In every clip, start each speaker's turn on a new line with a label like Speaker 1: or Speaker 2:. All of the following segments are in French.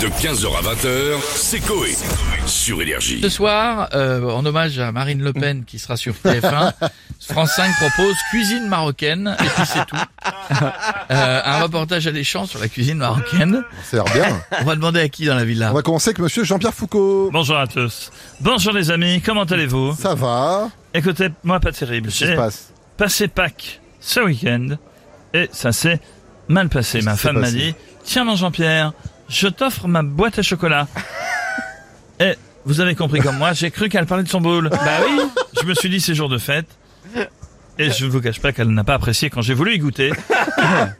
Speaker 1: De 15h à 20h, c'est Coé. Sur Énergie.
Speaker 2: Ce soir, euh, en hommage à Marine Le Pen qui sera sur TF1, France 5 propose cuisine marocaine et puis c'est tout. Euh, un reportage alléchant sur la cuisine marocaine.
Speaker 3: Ça a l'air bien.
Speaker 2: On va demander à qui dans la villa
Speaker 3: On va commencer avec monsieur Jean-Pierre Foucault.
Speaker 4: Bonjour à tous. Bonjour les amis, comment allez-vous
Speaker 3: Ça va
Speaker 4: Écoutez, moi pas terrible.
Speaker 3: Qu'est-ce qui
Speaker 4: J'ai
Speaker 3: se passe
Speaker 4: passé Pâques ce week-end et ça s'est mal passé. Ma
Speaker 3: qui s'est
Speaker 4: femme m'a
Speaker 3: passé
Speaker 4: dit, tiens mon Jean-Pierre, je t'offre ma boîte à chocolat. et vous avez compris comme moi, j'ai cru qu'elle parlait de son boule. Bah oui Je me suis dit, c'est jour de fête. Et je ne vous cache pas qu'elle n'a pas apprécié quand j'ai voulu y goûter.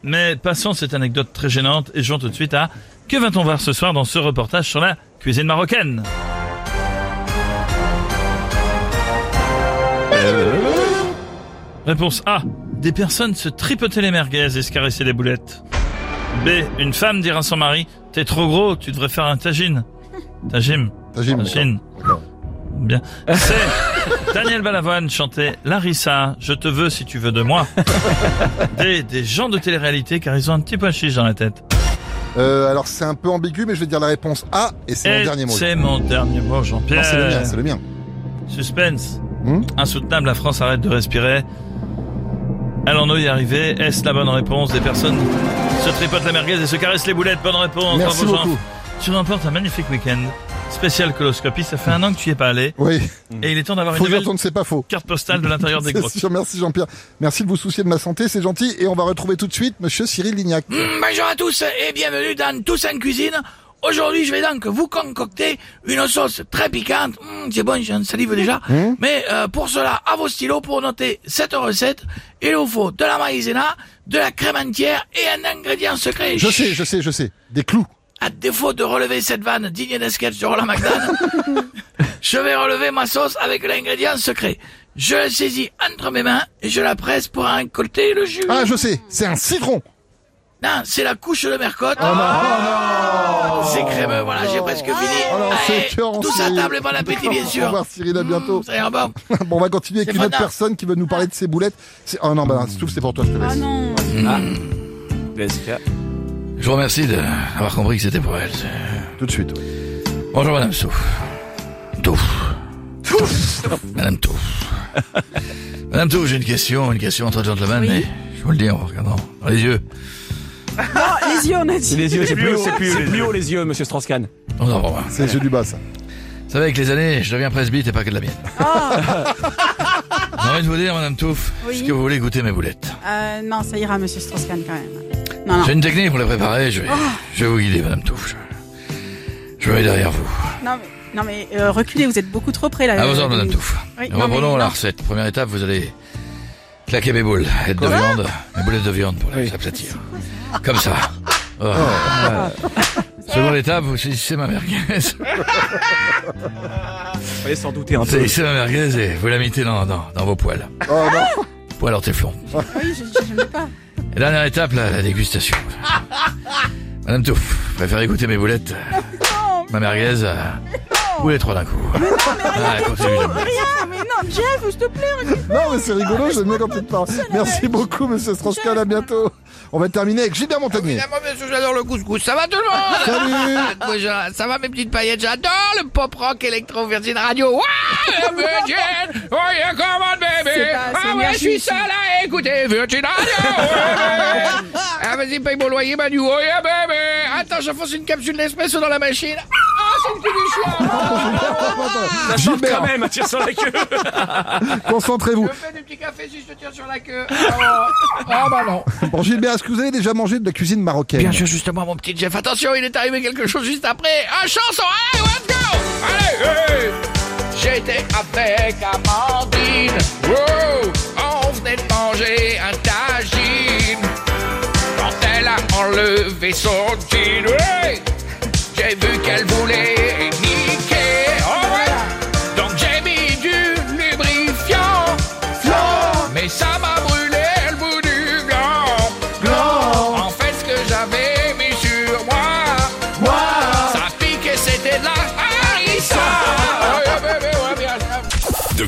Speaker 4: Mais passons cette anecdote très gênante et jouons tout de suite à que va-t-on voir ce soir dans ce reportage sur la cuisine marocaine Réponse A. Des personnes se tripotaient les merguez et se caressaient les boulettes. B. Une femme dira à son mari T'es trop gros, tu devrais faire un tagine. Tagine.
Speaker 3: T'as gym,
Speaker 4: Tagine.
Speaker 3: d'accord.
Speaker 4: Bien. C. Daniel Balavoine chantait Larissa, je te veux si tu veux de moi. D. Des gens de télé-réalité car ils ont un petit pois chiche dans la tête.
Speaker 3: Euh, alors c'est un peu ambigu, mais je vais dire la réponse A et c'est
Speaker 4: Et
Speaker 3: mon dernier mot.
Speaker 4: C'est euh, mon dernier mot,
Speaker 3: Non, c'est le mien,
Speaker 4: Jean-Pierre.
Speaker 3: c'est le mien.
Speaker 4: Suspense.
Speaker 3: Hmm
Speaker 4: Insoutenable, la France arrête de respirer. Allons-nous y arriver Est-ce la bonne réponse Des personnes se tripotent la merguez et se caressent les boulettes. Bonne réponse.
Speaker 3: Merci
Speaker 4: Bravo, Jean.
Speaker 3: beaucoup.
Speaker 4: Tu remportes un magnifique week-end. Spécial coloscopie, ça fait un an que tu y es pas allé.
Speaker 3: Oui,
Speaker 4: Et il est temps d'avoir une
Speaker 3: Hmm. faut dire
Speaker 4: nouvelle
Speaker 3: qu'on ne sait pas faux.
Speaker 4: carte postale de l'intérieur des
Speaker 3: C'est
Speaker 4: grottes.
Speaker 3: sûr, merci Jean-Pierre. Merci de vous soucier de ma santé, c'est gentil. Et on va retrouver tout de suite monsieur Cyril Lignac.
Speaker 2: Bonjour à tous et bienvenue dans Toussaint Cuisine. Aujourd'hui, je vais donc vous concocter une sauce très piquante. Hmm, c'est bon, j'en salive
Speaker 3: Hein
Speaker 2: déjà. Mais euh, pour cela, à vos stylos, pour noter cette recette, il vous faut de la maïzena, de la crème entière et un ingrédient secret.
Speaker 3: Je sais, je sais, je sais. Des clous.
Speaker 2: À défaut de relever cette vanne digne d'un sketch de Roland McDan, je vais relever ma sauce avec l'ingrédient secret. Je la saisis entre mes mains et je la presse pour en récolter le jus.
Speaker 3: Ah, je sais, c'est un citron.
Speaker 2: Non, c'est la couche de mercotte.
Speaker 3: Ah,
Speaker 2: c'est crémeux, voilà, j'ai presque fini.
Speaker 3: Oh non,
Speaker 2: Allez,
Speaker 3: c'est Ah, cœur en
Speaker 2: tous à
Speaker 3: Cyril.
Speaker 2: table et bon appétit, bien
Speaker 3: Au
Speaker 2: sûr.
Speaker 3: revoir Cyril, à bientôt.
Speaker 2: Ça ira bon.
Speaker 3: Bon, on va continuer avec
Speaker 2: C'est
Speaker 3: une autre
Speaker 2: pas grave.
Speaker 3: personne qui veut nous parler de ses boulettes. C'est- Oh non, bah, Stouff, c'est pour toi, je te laisse.
Speaker 2: Je vous remercie d'avoir compris que c'était pour elle. Ah.
Speaker 3: Tout de suite. ouais.
Speaker 2: Bonjour Madame Souf. Touf. Madame Touf. Madame Touf, j'ai une question, une question entre gentlemen, mais je vous le dis en vous regardant dans les yeux.
Speaker 5: Les yeux, on a dit.
Speaker 6: Les yeux, c'est plus, haut, c'est plus,
Speaker 4: c'est plus
Speaker 6: haut les yeux, monsieur Strauss-Kahn.
Speaker 2: On en revoit.
Speaker 3: C'est les yeux du bas, ça.
Speaker 2: Vous savez, avec les années, je deviens presbyte et pas que de la mienne. J'ai envie de vous dire, Madame Touffe,
Speaker 5: Oui.
Speaker 2: est-ce que vous voulez goûter mes boulettes
Speaker 5: Euh, non, ça ira, monsieur Strauss-Kahn, quand même. Non, non,
Speaker 2: J'ai une technique pour les préparer, je vais, je vais vous guider, Madame Touffe. Je, je vais derrière vous.
Speaker 5: non, mais, non, mais euh, reculez, vous êtes beaucoup trop près là.
Speaker 2: À vos ordres,
Speaker 5: Euh,
Speaker 2: Ah, Madame Touffe.
Speaker 5: Oui, non,
Speaker 2: Reprenons
Speaker 5: mais-
Speaker 2: la
Speaker 5: non.
Speaker 2: recette. Première étape, vous allez claquer mes boules. Aides de viande. Mes boulettes de viande pour les aplatir. Comme ça. Oh. Seconde étape, vous saisissez ma merguez.
Speaker 6: Fallait s'en douter un
Speaker 2: Vous
Speaker 6: peu.
Speaker 2: saisissez ma merguez et vous la mettez dans, dans, dans vos poils.
Speaker 3: Oh non.
Speaker 2: Poils en téflon.
Speaker 5: Oui, je- je- j'aime pas.
Speaker 2: Et dernière étape, la, la dégustation. Madame Touffe, préférez goûter mes boulettes. Ma merguez, euh, ou les trois d'un coup. Ah, continue, j'aime bien.
Speaker 5: Oh, Rien, mais non, Jeff, s'il te plaît,
Speaker 3: Non, mais c'est rigolo, j'aime bien quand tu te parles. Merci beaucoup, monsieur Strauss-Kahn, à bientôt. On va terminer avec Gilbert Montagnier.
Speaker 7: Évidemment, Eh, bien sûr, j'adore le couscous. Ça va tout le monde
Speaker 3: Salut
Speaker 7: Moi, je- Ça va mes petites paillettes J'adore le pop rock électro Virgin Radio. Ouais, Virgin, oh yeah, come on baby.
Speaker 5: C'est pas- c'est
Speaker 7: Ah ouais, je suis
Speaker 5: énergie,
Speaker 7: seul à écouter Virgin Radio. ouais, baby. ah vas-y, paye mon loyer, Manu. Oh yeah baby. Attends, je fonce une capsule d'espresso dans la machine. Ah, c'est le cul du chien.
Speaker 3: Gilbert,
Speaker 6: Quand même, un tir sur la queue.
Speaker 3: concentrez-vous.
Speaker 7: Je fais des petits cafés si je te tire sur la queue. Ah bah non.
Speaker 3: Bon, Gilbert, est-ce que vous avez déjà mangé de la cuisine marocaine
Speaker 7: Bien sûr, justement, mon petit Jeff. Attention, il est arrivé quelque chose juste après. Un chanson. Allez, let's go. Allez, hey. J'étais avec Amandine. Wow. On venait de manger un tagine. Quand elle a enlevé son jean, ouais, j'ai vu qu'elle voulait niquer. Oh ouais. Donc j'ai mis du lubrifiant. Mais ça m'a brûlé le bout du gland. En fait, ce que j'avais mis sur moi, ça piquait, c'était de la harissa. Oh, yeah, baby, ouais, bien, bien.
Speaker 1: De